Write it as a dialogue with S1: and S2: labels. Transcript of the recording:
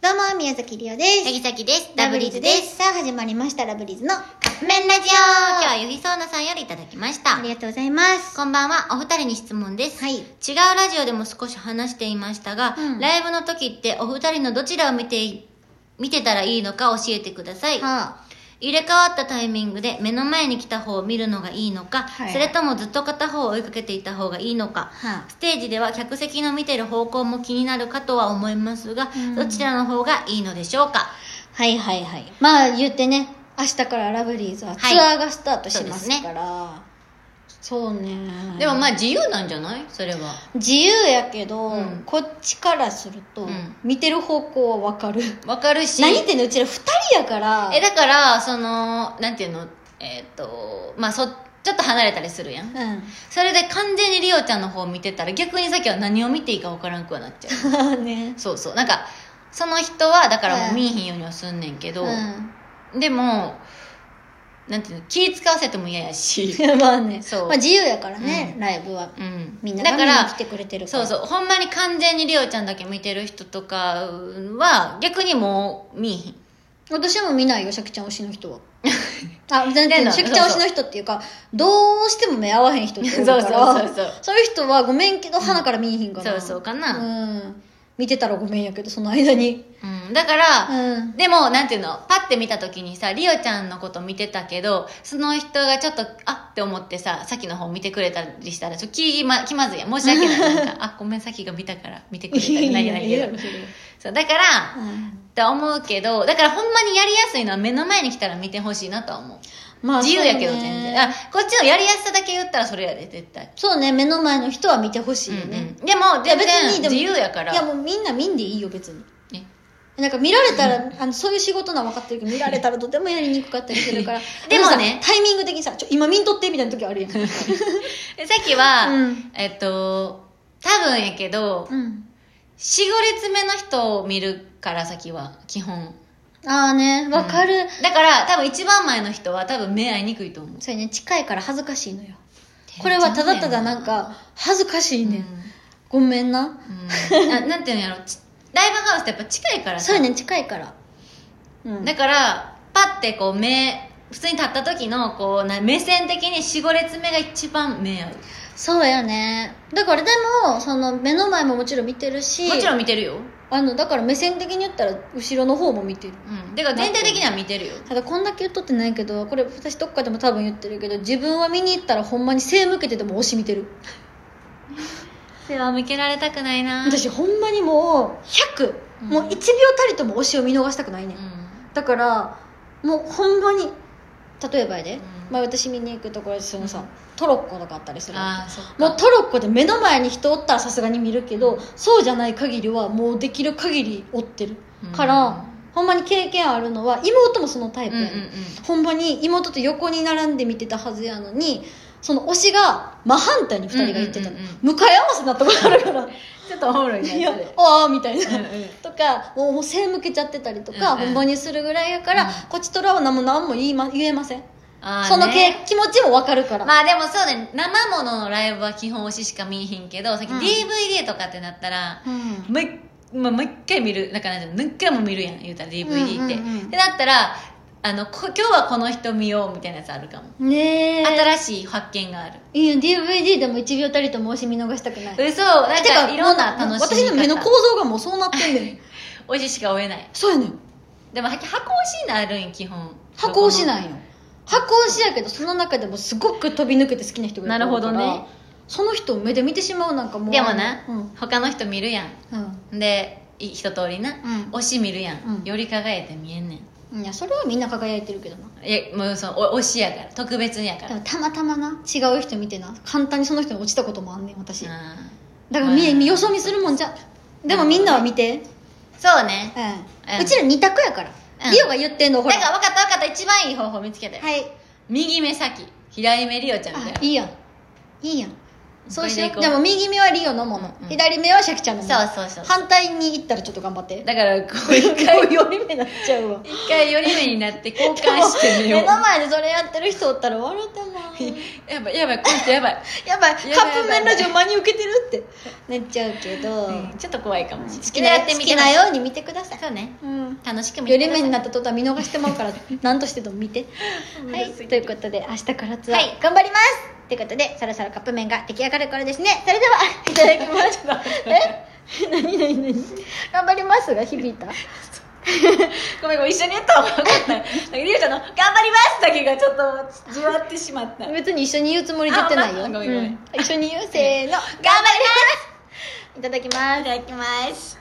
S1: どうも、宮崎りおで
S2: ヤ
S1: す。
S2: ギサキです。ダブリーズです。。
S1: さあ、始まりました、ラブリーズのカップ麺ラジ
S2: 今
S1: オ
S2: 日はゆひそうなさんよりいただきまし
S1: あ
S2: た
S1: り。がとうございます。
S2: こんばんは、お二人に質問です。
S1: はい
S2: 違うラジオでも少し話していましたが、
S1: うん
S2: ライブの時ってお二人のどちらを見てい、見てたらいいのか教えてください。
S1: は
S2: 入れ替わったタイミングで目の前に来た方を見るのがいいのか、
S1: はい
S2: それともずっと片方を追いかけていた方がいいのか、
S1: は
S2: ステージでは客席の見てる方向も気になるかとは思いますが、
S1: うん
S2: どちらの方がいいのでしょうか
S1: はいはいはい。まあ、言ってね、明日からラブリーズはツアーがスタートしますから。そうね。
S2: あ自由なんじゃないそれは。
S1: 自由やけど、
S2: うん
S1: こっちからすると、
S2: うん
S1: 見てる方向はわかる。
S2: わかるし
S1: 何言ってんのうちら二人やから。
S2: えだからそのなんていうのえーっ、とまあそちょっと離れたりするやん それで完全にリオちゃんの方を見てたら逆にさっきは何を見ていいか分からんくはなっちゃう
S1: うん。ね。
S2: そうそうなんかその人はだからも
S1: うん
S2: う見えへんようにはすんねんけど、
S1: うん
S2: でもなんていうの気使わせても嫌やし
S1: まあね
S2: そう
S1: まあ、自由やからね、
S2: う
S1: ライブは
S2: うん
S1: みんな
S2: だ
S1: が
S2: か
S1: 見に
S2: ら
S1: 来てくれてるか
S2: そ
S1: ら
S2: うそうほんまに完全にリオちゃんだけ見てる人とかは逆にもう見えへん
S1: 私も見ないよシャキちゃん推しの人はあ全
S2: 出ん
S1: 然
S2: の
S1: シャキちゃん推しの人っていうかどうしても目合わへん人っておるから
S2: そうそうそうそう
S1: そういう人はごめんけど花から見えへんから、
S2: そうそうかな
S1: うん見てたらごめんやけどその間に
S2: うん、だから、
S1: うん
S2: でもなんていうのパッて見た時にさリオちゃんのこと見てたけどその人がちょっとあって思ってささっきの方見てくれたりしたらちょっと気ま気まずいやん申し訳ないなんか あごめんさっきが見たから見てくれたりないやない
S1: いやいや
S2: けど
S1: いや
S2: そうだから、とは思うけどだからほんまにやりやすいのは目の前に来たら見てほしいなとは思う、
S1: ま
S2: 自由やけど
S1: そう
S2: 全
S1: ね
S2: 然あこっちのやりやすさだけ言ったらそれやで絶対、
S1: そうね目の前の人は見てほし
S2: う
S1: い
S2: ん
S1: よね、
S2: うんでも
S1: いや
S2: 全
S1: 別に
S2: 然
S1: でも
S2: 自由やから
S1: いやもうみんな見んでいいよ別に
S2: ね
S1: なんか見られたら、あのそういう仕事なの分かってるけど、見られたらとてもやりにくかったりするから。
S2: でもね
S1: あのさタイミング的にさ、ちょ、今見んとってみたいな時あるやん。う
S2: でさっきは、
S1: うん
S2: えっと多分やけど、
S1: ん。
S2: 四五列目の人を見るから先は基本
S1: ああね、わかる。
S2: だから多分一番前の人は多分目合いにくいと思う
S1: そうやね、近いから恥ずかしいのよ。これはただただなんか、恥ずかしい
S2: うん、
S1: ね、ん。ごめんな。
S2: うん ななんていうんやろちライブハウスってやっぱ近いからさ
S1: そうやね、近いから。うん。
S2: だからパッてこう目普通に立った時のこうな目線的に45列目が一番目合う
S1: そうやね。だからでも、その、目の前ももちろん見てるし、
S2: もちろん見てるよ、
S1: あの、だから目線的に言ったら、後ろの方も見てる。
S2: うん、だから全体的には見てるよ
S1: ただこんだけ言っとってないけどこれ私どっかでも多分言ってるけど自分は見に行ったらほんまに背向けてでも推し見てる
S2: 背は向けられたくないな
S1: 私ほんまにもう100、
S2: うん
S1: もう1秒たりとも推しを見逃したくないね、、
S2: うんん
S1: だからもうほんまに例えばやで、
S2: ん
S1: まあ、私見に行くところでそのさトロッコとかあったりするわ
S2: ああそっ
S1: けもう
S2: か
S1: トロッコで目の前に人おったらさすがに見るけどそうじゃない限りはもうできる限り追ってるから、
S2: うん
S1: ほんまに経験あるのは妹もそのタイ
S2: うん
S1: プ
S2: う
S1: や
S2: んう
S1: ね、
S2: ん
S1: ほんまに妹と横に並んで見てたはずやのにその推しが真反対に2人が言ってたの、
S2: うんうん
S1: 向かい合わせになったことあるから
S2: ちょっとおもろいね
S1: いやああみたいな、
S2: うんうん
S1: とかもうもう背向けちゃってたりとか、
S2: うんうん
S1: ほんまにするぐらいやから、
S2: うん
S1: こっちとらは何も何も言い、ま、言えません
S2: あーね
S1: そのけ気持ちも分かるから、
S2: まあでもそうだね生もののライブは基本推ししか見えへんけどさっき
S1: うん
S2: DVD とかってなったら、
S1: うん
S2: 毎まあ、毎回見るなんかなんていうの何回も見るやん言うたら DVD って、
S1: うんうんうん
S2: ってなったらあのこ今日はこの人見ようみたいなやつあるかも、
S1: ねえ
S2: 新しい発見がある
S1: いや DVD でも1秒たりとも推し見逃したくない
S2: 嘘なん
S1: て
S2: かいろんな楽しみ方
S1: 私の目の構造がもうそうなってん ねん
S2: 推ししか追えない
S1: そうやねん
S2: でもは箱推しになるんよ基本
S1: 箱推し
S2: い
S1: なんよ箱推しやけどその中でもすごく飛び抜けて好きな人がいる
S2: なるほどね
S1: その人を目で見てしまうなんかもう
S2: でもな、
S1: うん
S2: 他の人見るや
S1: うん
S2: んでい一通りな、
S1: うん
S2: 推し見るやん、
S1: うん
S2: より輝いて見えんねん
S1: いやそれはみんな輝いてるけどない
S2: やもうそのお推しやから特別にやか
S1: で
S2: ら
S1: もたまたまな違う人見てな簡単にその人に落ちたこともあんねん私だ
S2: あ
S1: から見え見よそ見するもんじゃでもみんなは見て
S2: ーそうね
S1: うん、
S2: うん
S1: うちら二択やから、
S2: うん
S1: リオが言ってんのほ
S2: だ
S1: ら
S2: から分かった分かった一番いい方法見つけたよ、
S1: はい
S2: 右目先左目リオちゃんみたい
S1: あ
S2: ない
S1: いやんいいやんそうしよ
S2: こ
S1: う
S2: れ
S1: で
S2: でいこ
S1: も右目はリオのもの、
S2: うんうん
S1: 左目はシャキちゃんのもの
S2: そうそうそう
S1: 反対に行ったらちょっと頑張って
S2: だからこう一回
S1: 寄り目なっちゃうわ
S2: 一回寄り目になって交換してみよう
S1: 目の前でそれやってる人おったら笑ってまう
S2: やばいやばいこの人やばい、
S1: やばい
S2: やばい
S1: カップ麺ラジオ真に受けてる ってなっちゃうけど、
S2: うんちょっと怖いかもしれない
S1: 好きな
S2: やって
S1: 好
S2: み
S1: き
S2: て
S1: なように見てください、
S2: そうね
S1: うん、
S2: 楽しく見
S1: よ
S2: て
S1: り
S2: くだ
S1: 目
S2: さい
S1: になった途端見逃してまうから何としてでも 見ては
S2: 面
S1: い
S2: 白すぎる
S1: ということで明日からツアー、
S2: はい
S1: 頑張りますということでそろそろカップ麺が出来上がる頃ですねそれではい ただきますえ何何何頑張りますが響いた
S2: ごめんごめん一緒にやった方がよかったなんかりゅうちゃんの「頑張ります」だけがちょっとじわってしまった
S1: 別に一緒に言うつもり出てないよ、
S2: あまあごめんごめん
S1: うん一緒に言うせーの
S2: 頑張ります
S1: いただきます
S2: いただきます